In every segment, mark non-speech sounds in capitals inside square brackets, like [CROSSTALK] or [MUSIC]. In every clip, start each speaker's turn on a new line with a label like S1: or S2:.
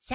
S1: シ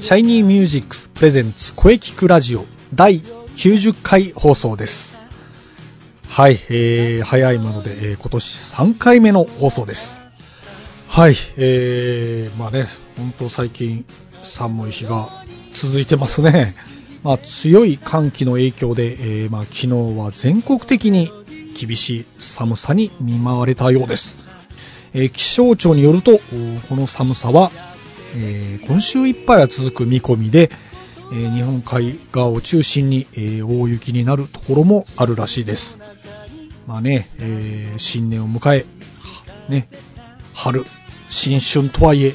S2: シャイニーミュージックプレゼンツ声聞くラジオ第90回放送です。はい、えー、早いもので、えー今年3回目の放送です。はい、えー、まあね、ほんと最近寒い日が続いてますね。まあ強い寒気の影響で、えーまあ昨日は全国的に厳しい寒さに見舞われたようです。えー気象庁によると、おーこの寒さは、えー今週いっぱいは続く見込みで、えー日本海側を中心に、えー大雪になるところもあるらしいです。まあね、えー新年を迎え、ね、春、新春とはいえ、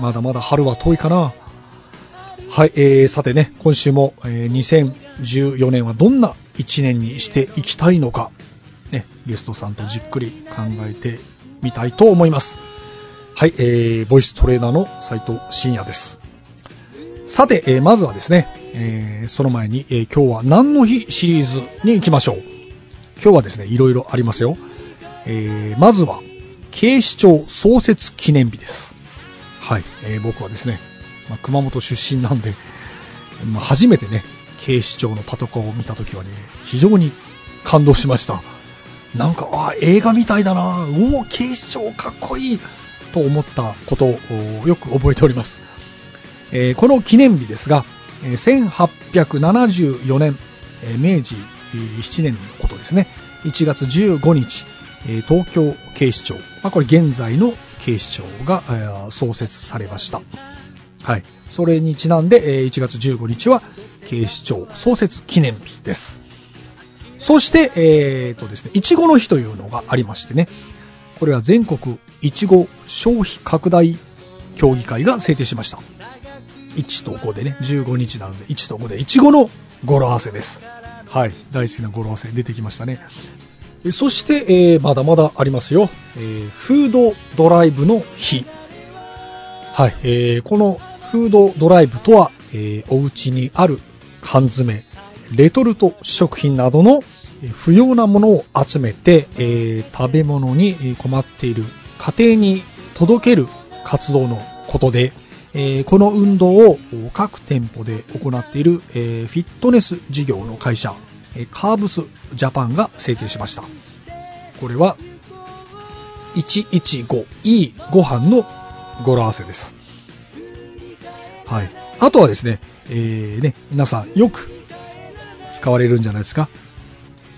S2: まだまだ春は遠いかな。はい、えーさてね、今週も、えー2014年はどんな1年にしていきたいのか、ね、ゲストさんとじっくり考えてみたいと思います。はい、えーボイストレーナーの斉藤慎也です。さて、えーまずはですね、えーその前に、えー今日は何の日シリーズに行きましょう。今日はですね、いろいろありますよ。えーまずは、警視庁創設記念日です。はい、えー僕はですね、まあ熊本出身なんで、まあ初めてね、警視庁のパトカーを見たときはね、非常に感動しました。なんか、あー映画みたいだな、うお、警視庁かっこいいと思ったことをおよく覚えております。えーこの記念日ですが、えー1874年、えー明治えー7年のことですね、1月15日、えー東京警視庁、まあ、これ現在の警視庁がえー創設されました。はい。それにちなんで、えー1月15日は警視庁創設記念日です。そして、えーとですね、いちごの日というのがありましてね、これは全国いちご消費拡大協議会が制定しました。1と5でね、15日なので、1と5で、いちごの語呂合わせです。はい。大好きな語呂合わせ出てきましたね。えそして、えーまだまだありますよ、えーフードドライブの日。はい、えーこのフードドライブとは、えーお家にある缶詰、レトルト食品などのえー不要なものを集めて、えー食べ物にえー困っている家庭に届ける活動のことで、えーこの運動をお各店舗で行っている、えーフィットネス事業の会社、えーカーブスジャパンが制定しました。これは 115E ご飯の語呂合わせです。はい。あとはですね、えーね、皆さんよく使われるんじゃないですか。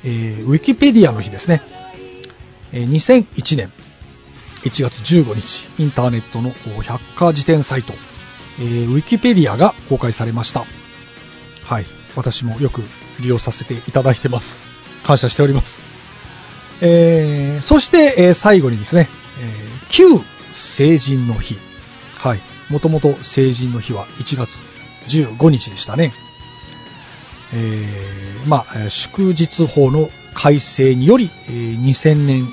S2: えーウィキペディアの日ですね。えー2001年1月15日、インターネットのお百科事典サイト、えーウィキペディアが公開されました。はい。私もよく利用させていただいてます。感謝しております。えーそして、えー最後にですね、えー旧成人の日。はい。もともと成人の日は1月15日でしたね。えーまあ、えー祝日法の改正により、えー2000年、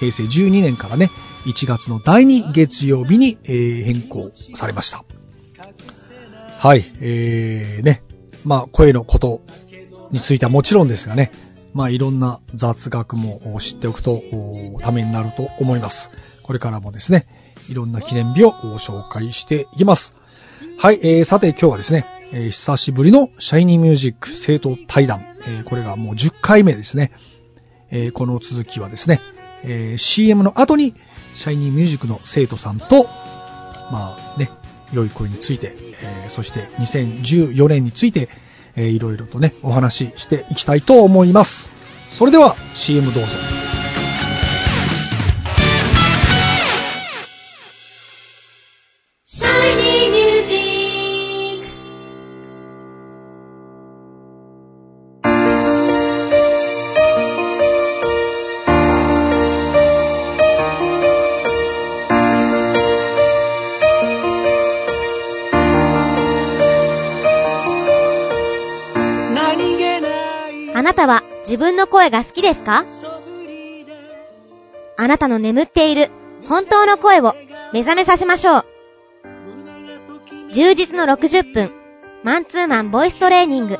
S2: 平成12年からね、1月の第2月曜日に、えー変更されました。はい、えー、ね、まあ、声のことについてはもちろんですがね、まあ、いろんな雑学もお知っておくと、おためになると思います。これからもですね、いろんな記念日をお紹介していきます。はい、えー、さて今日はですね、えー久しぶりのシャイニーミュージック生徒対談、えーこれがもう10回目ですね。えーこの続きはですね、えー CM の後にシャイニーミュージックの生徒さんと、まあね、良い声について、えーそして2014年について、えーいろいろとね、お話ししていきたいと思います。それでは CM どうぞ。
S1: シャイニーミュージック
S3: 「自分の声が好きですかあなたの眠っている本当の声を目覚めさせましょう。充実の60分、マンツーマンボイストレーニング。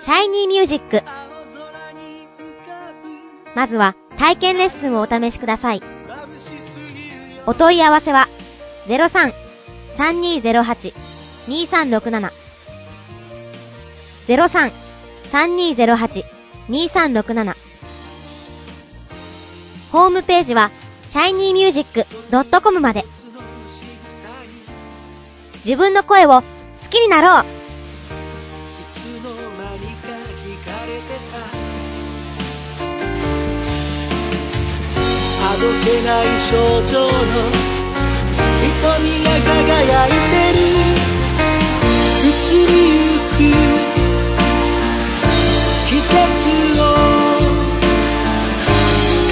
S3: シャイニーミュージック。まずは体験レッスンをお試しください。お問い合わせは03-3208-2367 03-3208-2367ホームページは shinymusic.com まで自分の声を好きになろう
S4: あどけない症状の瞳が輝いてる移りゆく季節を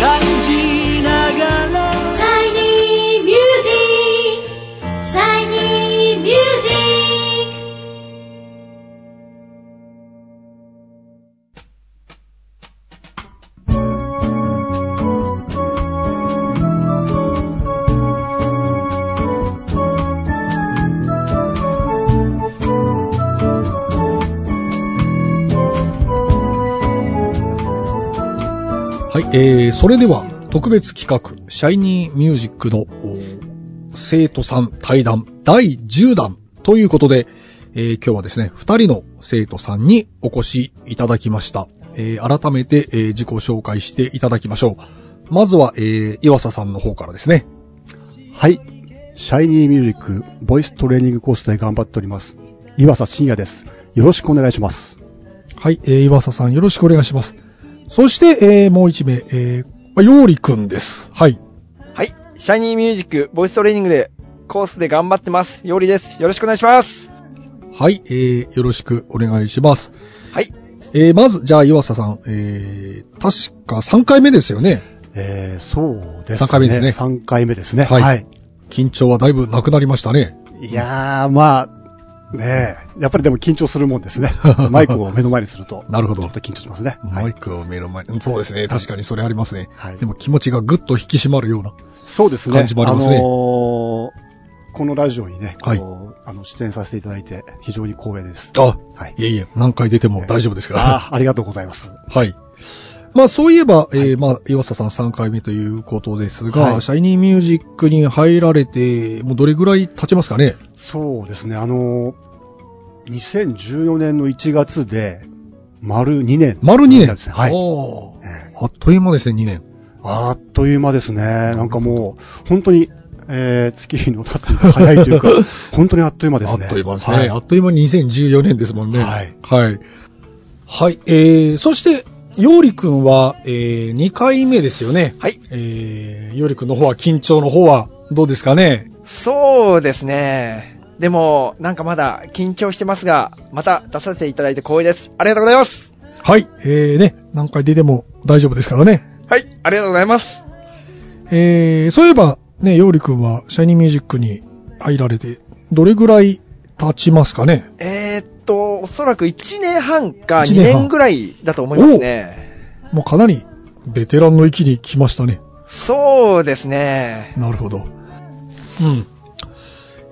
S4: 感じながら
S1: Shiny music, shiny music.
S2: はい、えー、それでは特別企画、シャイニーミュージックのおー生徒さん対談第10弾ということで、えー今日はですね、2人の生徒さんにお越しいただきました。えー改めて、えー自己紹介していただきましょう。まずは、えー岩佐さんの方からですね。
S5: はい。シャイニーミュージック、ボイストレーニングコースで頑張っております。岩佐信也です。よろしくお願いします。
S2: はい、えー岩佐さんよろしくお願いします。そして、えーもう1名、えー、まあようりくんです。はい。
S6: はい。シャイニーミュージック、ボイストレーニングで、コースで頑張ってます。よりです。よろしくお願いします。
S2: はい、えー、よろしくお願いします。
S6: はい。
S2: えー、まず、じゃあ、岩佐さん、えー、確か3回目ですよね。
S5: えー、そうですね。
S2: 三回目ですね
S5: 3回目ですね。
S2: は
S5: はいい。
S2: 緊張はだいぶなくなりましたね。。
S5: い、やー、まあ、ねえ、やっぱりでも緊張するもんですね
S2: [LAUGHS]
S5: マイクを目の前にすると。
S2: なるほど
S5: ちょっと緊張しますね。は
S2: マ
S5: い
S2: イ。クを目の前に。そうですね。確かにそれありますね。
S5: はい
S2: でも気持ちがぐっと引き締まるような。
S5: そうですね。
S2: 感じもありますね
S5: のーこのラジオにね、
S2: はい
S5: あのーあの出演させていただいて、非常に光栄です。
S2: あ、
S5: はい。
S2: いえいえ、何回出ても大丈夫ですから。
S5: あーありがとうございます。
S2: はい。まあそういえば、えーまあ、岩佐さん3回目ということですが、
S5: はい
S2: シャイニーミュージックに入られて、もうどれぐらい経ちますかね
S5: そうですね、あの、2014年の1月で、丸2年。
S2: 丸2
S5: にな
S2: 年。
S5: るんですねはい。
S2: おー
S5: ええ
S2: あっという間ですね、2年。
S5: あっという間ですね。なんかもう、本当に、えー、月日の経つのが早いとい
S2: [LAUGHS]
S5: うか、本当にあっという間ですね。
S2: あっという間ですね。
S5: はい
S2: あっという間に2014年ですもんね。
S5: はい。
S2: はい。はい。えー、そして、ようりくんは、えー、2回目ですよね。
S6: はい。
S2: えー、ようりくんの方は、緊張の方は、どうですかね
S6: そうですね。でも、なんかまだ緊張してますが、また出させていただいて光栄です。ありがとうございます。
S2: はい。えー、ね、何回出ても大丈夫ですからね。
S6: はい。ありがとうございます。
S2: えー、そういえば、ね、ようりくんは、シャイニーミュージックに入られて、どれぐらい経ちますかね
S6: えー、っと、おそらく1年半か
S2: 一
S6: 2
S2: 年半
S6: 年ぐらいだと思いますね。
S2: もうかなり、ベテランの域に来ましたね。
S6: そうですね。
S2: なるほど。うん。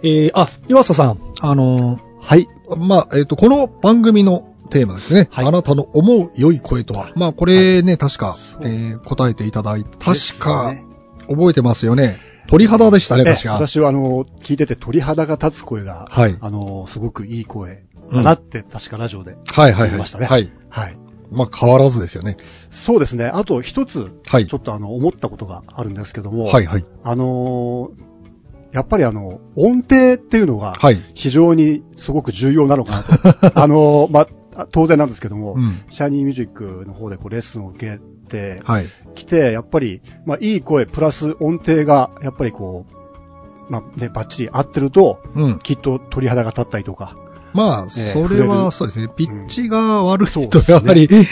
S2: えー、あ、岩佐さん、あの
S5: はい。
S2: ーまあ、えっ、と、この番組のテーマですね。
S5: はい
S2: あなたの思う良い声とは。まあ、これね、確か、えー答えていただいて、確か、
S5: ですね
S2: 覚えてますよね。鳥肌でしたね、
S5: ええ
S2: 確か。
S5: 私は、あの、聞いてて鳥肌が立つ声が、
S2: はい
S5: あの、すごくいい声だなって、確かラジオで。
S2: はいはい
S5: 言い
S2: は
S5: ま
S2: い
S5: した。ね
S2: はい。
S5: はい。
S2: まあ、変わらずですよね。
S5: そうですね。あと一つ、
S2: はい
S5: ちょっとあの、思ったことがあるんですけども、
S2: はいはい。
S5: あのーやっぱりあの、音程っていうのが、
S2: はい。
S5: 非常にすごく重要なのかな
S2: [LAUGHS]
S5: と。あのーまあ、当然なんですけども、
S2: うん。
S5: シャイニーミュージックの方でこうレッスンを受けて
S2: はい。
S5: きて、やっぱり、まあ、いい声プラス音程が、やっぱりこう、まあ、ね、バッチリ合ってると、
S2: うん。
S5: きっと鳥肌が立ったりとか、
S2: まあ、
S5: え
S2: それ
S5: 触れ
S2: は
S5: る
S2: そうですね。ピッチが悪いと
S5: うん、そう
S2: やはり、
S5: え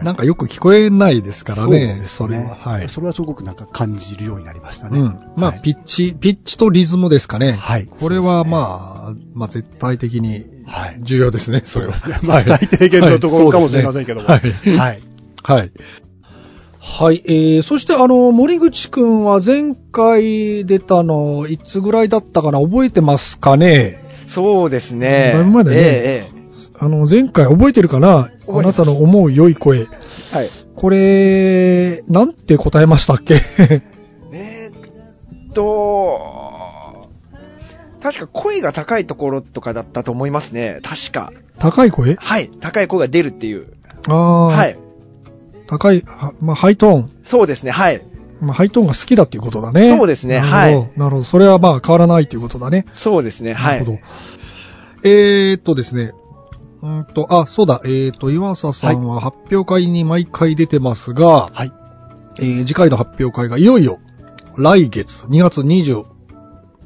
S5: え
S2: なんかよく聞こえないですからね。
S5: そうです
S2: れ
S5: ね。
S2: は。はい。
S5: それはすごくなんか感じるようになりましたね。
S2: うん。まあ、
S5: はい
S2: ピッチ、ピッチとリズムですかね。
S5: はい
S2: これはまあ、まあ絶対的に
S5: はい。
S2: 重要ですね、それは。
S5: まあ、最低限のところかもしれませんけども。
S2: はい。そうですねはい
S5: はい。
S2: はい。はい。えー、そしてあの、森口くんは前回出たの、いつぐらいだったかな覚えてますかね
S6: そうですね。
S2: だいぶ前だね
S6: え
S2: あの、前回覚えてるかな
S6: てます
S2: あなたの思う良い声。
S6: えええはい。
S2: これ、なんて答えましたっけ [LAUGHS]
S6: えーっと、確か声が高いところとかだったと思いますね。確か。
S2: 高い声
S6: はい。高い声が出るっていう。
S2: ああ、
S6: はい。
S2: 高い、はまあ、ハイトーン。
S6: そうですね。はい。
S2: まあ、ハイトーンが好きだっていうことだね。
S6: そうです
S2: な
S6: ね
S2: るほど
S6: は
S2: なるほど。それはまあ変わらないということだね。
S6: そうですね。は
S2: なる
S6: い。
S2: ほど。えー、っとですね。うーんと、あ、そうだ。えー、っと、岩佐さんは発表会に毎回出てますが、
S5: はい。
S2: えー次回の発表会がいよいよ来月2月20、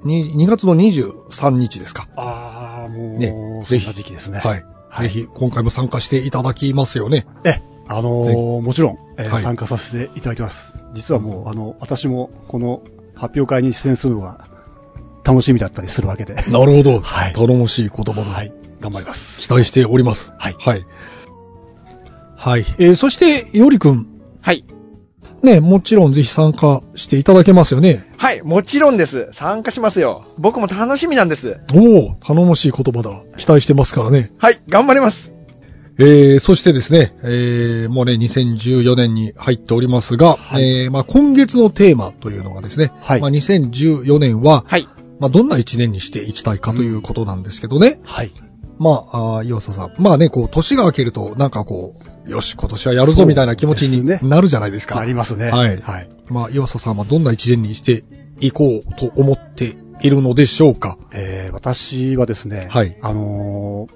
S2: に2月の23日ですか。
S5: ああ、もう、
S2: ね
S5: そんな時期ですね。
S2: はい。
S5: はい
S2: ぜひ、今回も参加していただきますよね。
S5: ええ、あの
S2: ぜ
S5: ーもちろん、えー
S2: はい
S5: 参加させていただきます。実はもう、あの、私もこの発表会に出演するのが楽しみだったりするわけで、
S2: なるほど。
S5: はい
S2: 頼もしい言葉だ。
S5: はい、頑張ります。
S2: 期待しております。
S5: はい
S2: はい。はい。えーそして、よりくん。
S6: はい。
S2: ね、もちろんぜひ参加していただけますよね。
S6: はい。もちろんです。参加しますよ。僕も楽しみなんです。
S2: おお頼もしい言葉だ。期待してますからね。
S6: はい。頑張ります。
S2: えー、そしてですね、えー、もうね、2014年に入っておりますが、えー、まあ今月のテーマというのがですね、
S5: はい
S2: まあ2014年は、
S6: はい。
S2: まあどんな一年にしていきたいかということなんですけどね。
S5: はい。
S2: まあ、あー岩佐さん。まあね、こう、年が明けると、なんかこう、よし、今年はやるぞみたいな気持ち
S5: そう
S2: に
S5: ですね
S2: なるじゃないですか。
S5: ありますね。
S2: はい
S5: はい。
S2: まあ、岩佐さんはどんな一年にしていこうと思っているのでしょうか。
S5: えー私はですね、
S2: はい
S5: あの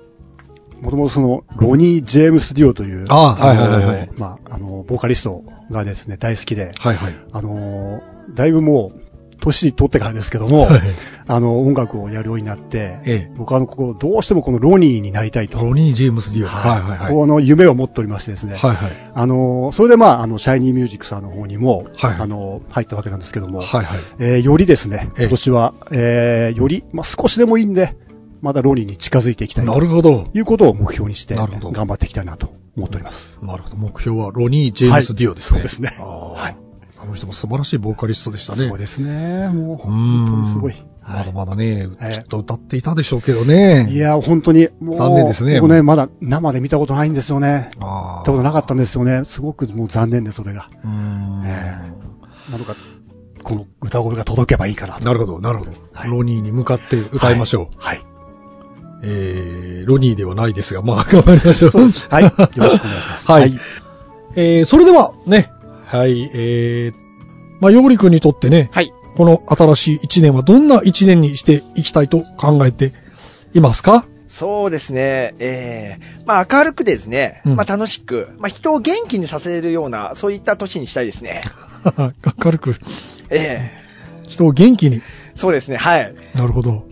S5: ーもともとその、ロニー・ジェームス・ディオという、
S2: あーはい
S5: のー
S2: はいはいはい
S5: まあ、あのーボーカリストがですね、大好きで、
S2: はいはい。
S5: あのーだいぶもう、年取ってからですけども、
S2: はい
S5: あの、音楽をやるようになって、
S2: ええ
S5: 僕はあの、ここ、どうしてもこのロニーになりたいと。
S2: ロニー・ジェームス・ディオ。はいはいはい。
S5: ここの夢を持っておりましてですね。
S2: はいはい。
S5: あの、それでまあ、あの、シャイニーミュージックさんの方にも、
S2: はい
S5: あの、入ったわけなんですけども、
S2: はいはい。
S5: えーよりですね、
S2: ええ
S5: 今年は、えーより、まあ、少しでもいいんで、まだロニーに近づいていきたい
S2: な
S5: と
S2: るほど。
S5: いうことを目標にして、
S2: なるほど
S5: 頑張っていきたいなと思っております。
S2: なるほど。目標はロニー・ジェームス・ディオですね。
S5: そうですね。は
S2: あ
S5: い。
S2: あ。あの人も素晴らしいボーカリストでしたね。
S5: そうですね。も
S2: うー
S5: う、本
S2: ん
S5: 当にすごい。は
S2: ま
S5: い
S2: だまだね、
S5: ええ
S2: きっと歌っていたでしょうけどね。
S5: いや、本当に、もう、
S2: 残念ですね
S5: 僕ね、まだ生で見たことないんですよね。見
S2: ああ。
S5: たことなかったんですよね。すごくもう残念で、それが。
S2: うーん。
S5: えなのか、この歌声が届けばいいかなと。
S2: なるほど、なるほど。
S5: はい
S2: ロニーに向かって歌いましょう。
S5: はい。はい
S2: えー、ロニーではないですが、まあ、頑張りましょう。
S5: そうです。はい。よろしくお願いします。
S2: [LAUGHS] はい。えー、それでは、ね。はい、えー、まあ、ヨーリ君にとってね、
S6: はい。
S2: この新しい一年はどんな一年にしていきたいと考えていますか [LAUGHS]
S6: そうですね。ええまあ明るくですね。
S2: うん
S6: まあ楽しく。まあ人を元気にさせるような、そういった年にしたいですね。
S2: 明るく、
S6: え
S2: 人を元気に。
S6: えそうですね。はい。
S2: なるほど。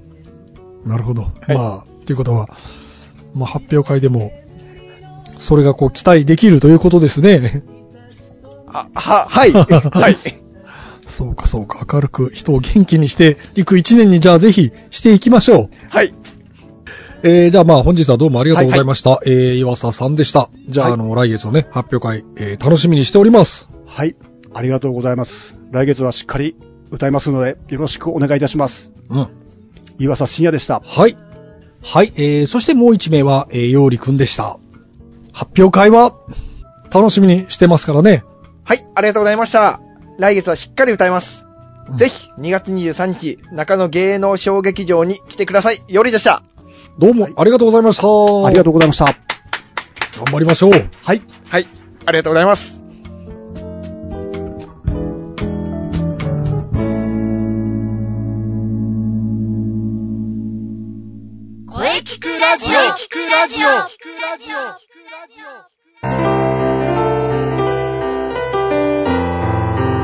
S2: なるほど。
S6: い
S2: まあ、ということは、まあ、発表会でも、それがこう期待できるということですね。 [LAUGHS]
S6: あ、は、はい。はい。
S2: そうかそうか、明るく人を元気にしていく一年にじゃあぜひしていきましょう。
S6: はい。
S2: えー、じゃあまあ本日はどうもありがとうございました。えー、岩佐さんでした。じゃあ、
S5: はい
S2: あの、来月のね、発表会、えー、楽しみにしております。
S5: はい。ありがとうございます。来月はしっかり歌いますので、よろしくお願いいたします。
S2: うん。
S5: 岩佐信也でした。
S2: はい。はい、えー、そしてもう一名は、えー、ようりくんでした。発表会は、楽しみにしてますからね。
S6: はい。ありがとうございました。来月はしっかり歌います。
S2: うん
S6: ぜひ、2月23日、中野芸能小劇場に来てください。よりでした。
S2: どうもありがとうございました。
S5: ありがとうございました。
S2: 頑張りましょう。
S5: はい。
S6: はい。ありがとうございます。
S1: 声聞くラジオ声聞くラジオ
S7: 「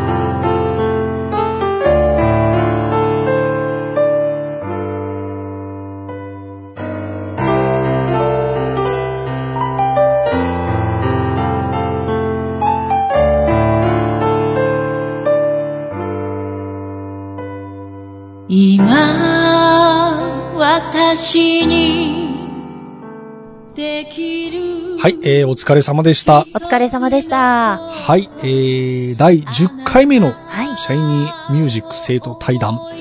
S1: 今私にできる
S2: はい、えー、お疲れ様でした。
S3: お疲れ様でした。
S2: はい、えー、第10回目の
S3: はい。
S2: シャイニーミュージック生徒対談、え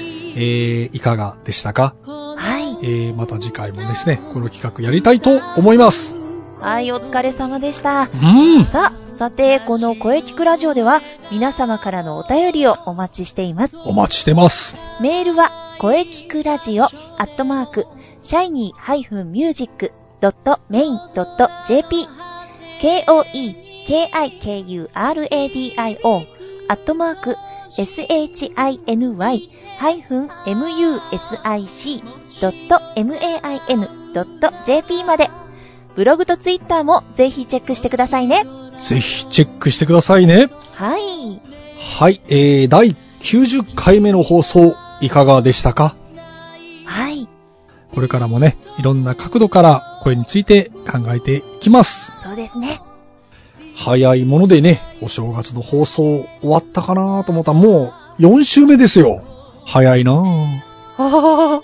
S2: ー、いかがでしたか
S3: はい。
S2: えー、また次回もですね、この企画やりたいと思います。
S3: はい、お疲れ様でした。
S2: うん。
S3: さあ、さて、この声聞くラジオでは、皆様からのお便りをお待ちしています。
S2: お待ちしてます。
S3: メールは、声聞くラジオ、アットマーク、shiny-music.main.jp、k-o-e-k-i-k-u-r-a-d-i-o、アットマーク、shiny-music.main.jp まで、ブログとツイッターもぜひチェックしてくださいね。
S2: ぜひチェックしてくださいね。
S3: はい。
S2: はい、えー、第90回目の放送、いかがでしたか
S3: はい。
S2: これからもね、いろんな角度から声について考えていきます。
S3: そうですね。
S2: 早いものでね、お正月の放送終わったかなと思ったらもう4週目ですよ。早いなぁ。
S3: ああ、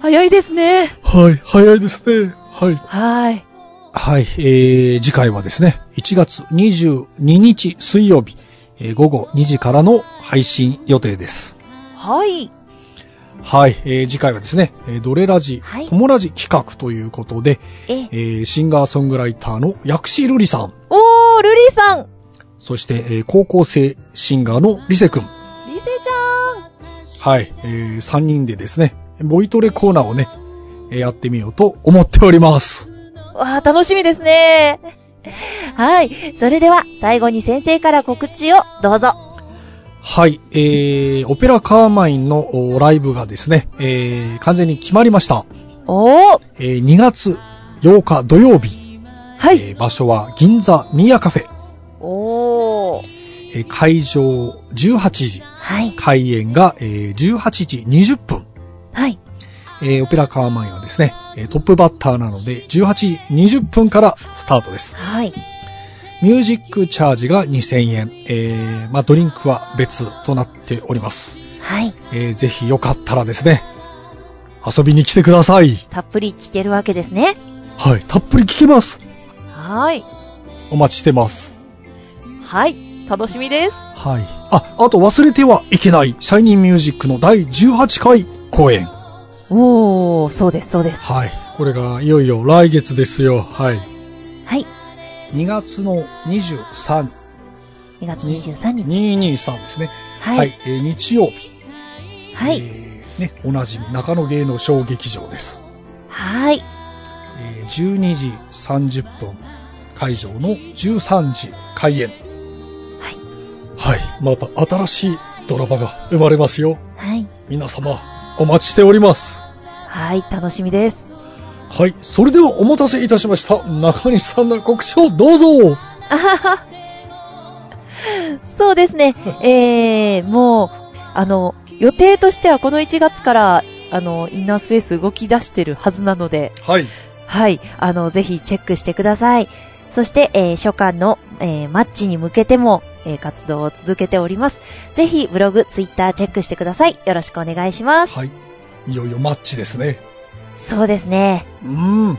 S3: 早いですね。
S2: はい、早いですね。はい。
S3: はい。
S2: はい、えー、次回はですね、1月22日水曜日、えー午後2時からの配信予定です。
S3: はい。
S2: はい、えー次回はですね、えードレラジ、
S3: はい
S2: 友ラジ企画ということで、
S3: え、
S2: えーシンガーソングライターの薬師瑠璃さん、
S3: おー、ルリさん
S2: そして、えー高校生シンガーのリセくん、
S3: リセちゃん
S2: はい、え3人でですね、ボイトレコーナーをね、えーやってみようと思っております。
S3: わー、楽しみですね。はい。それでは、最後に先生から告知をどうぞ。
S2: はい、えー、オペラカーマインのおライブがですね、えー、完全に決まりました。
S3: おー、
S2: えー2月8日土曜日、
S3: はい。
S2: えー場所は銀座ミヤカフェ、
S3: おー、
S2: えー会場18時、
S3: はい。
S2: 開演が、えー18時20分、
S3: はい。
S2: えーオペラカーマインはですね、えートップバッターなので18時20分からスタートです。
S3: はい。
S2: ミュージックチャージが2000円、えーまあ、ドリンクは別となっております。
S3: はい。
S2: えーぜひよかったらですね、遊びに来てください。
S3: たっぷり聞けるわけですね。
S2: はい、たっぷり聞けます。
S3: はい。
S2: お待ちしてます。
S3: はい。楽しみです。
S2: はい。あ、あと忘れてはいけない、シャイニーミュージックの第18回公演。
S3: おー、そうです、そうです。
S2: はい。これがいよいよ来月ですよ。はい。
S3: はい。
S2: 2月の23、
S3: 2月23日。
S2: 223ですね。はい、
S3: はい。
S2: えー日曜日。
S3: は
S2: え
S3: い。
S2: ーね、おなじみ中野芸能小劇場です。
S3: はい。
S2: えー12時30分会場の13時開演はいまた新しいドラマが生まれますよ
S3: はい。
S2: 皆様お待ちしております
S3: はい。楽しみです。
S2: はいそれではお待たせいたしました中西さんの告知をどうぞ
S3: あはは。 [LAUGHS] そうですね。えー、もう、あの、予定としてはこの1月から、あの、インナースペース動き出してるはずなので、
S2: はい
S3: はい、あの、ぜひチェックしてください。そして、えー初夏の、えーマッチに向けても、えー活動を続けております。ぜひ、ブログ、ツイッターチェックしてください。よろしくお願いします。
S2: はいいよいよマッチですね
S3: そうですね。
S2: うん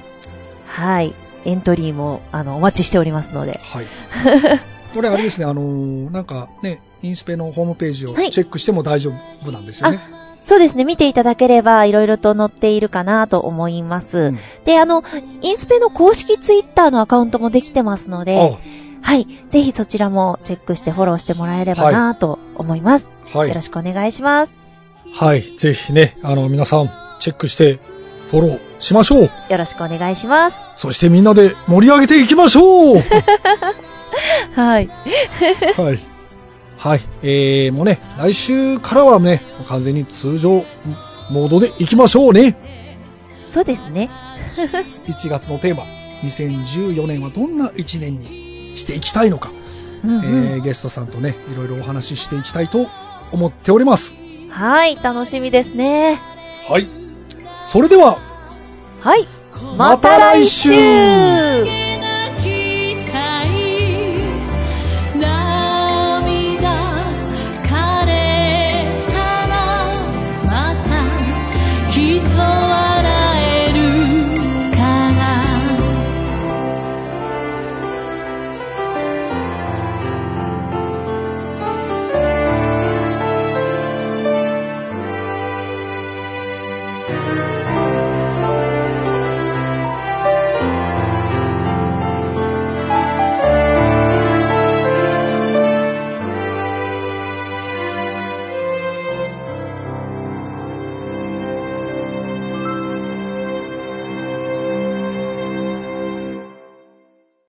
S2: は
S3: はい。エントリーも、あの、お待ちしておりますので。 [LAUGHS]
S2: いこれあれですねあのーなんかねインスペのホームページをチ
S3: はい
S2: ェックしても大丈夫なんですよね、
S3: そうですね、見ていただければ、いろいろと載っているかなと思います。
S2: うん
S3: で、あの、インスペの公式ツイッターのアカウントもできてますので、はい、ぜひそちらもチェックしてフォローしてもらえればなと思います、
S2: あはい
S3: よろしくお願いします。
S2: はい、ぜひね、あの、皆さん、チェックして、フォローしましょう。
S3: よろしくお願いします。
S2: そしてみんなで盛り上げていきまし
S3: [LAUGHS]
S2: ょう
S3: はい。
S2: はい。はい、えー、もうね、来週からはね、完全に通常モードでいきましょうね。
S3: そうですね。
S2: 1月のテーマ、2014年はどんな1年にしていきたいのか、
S3: うんうん
S2: えーゲストさんとね、いろいろお話ししていきたいと思っております。
S3: はい、楽しみですね。
S2: はい。それでは、
S3: はい、
S2: また来週
S3: また来週
S1: 「涙枯れたらま「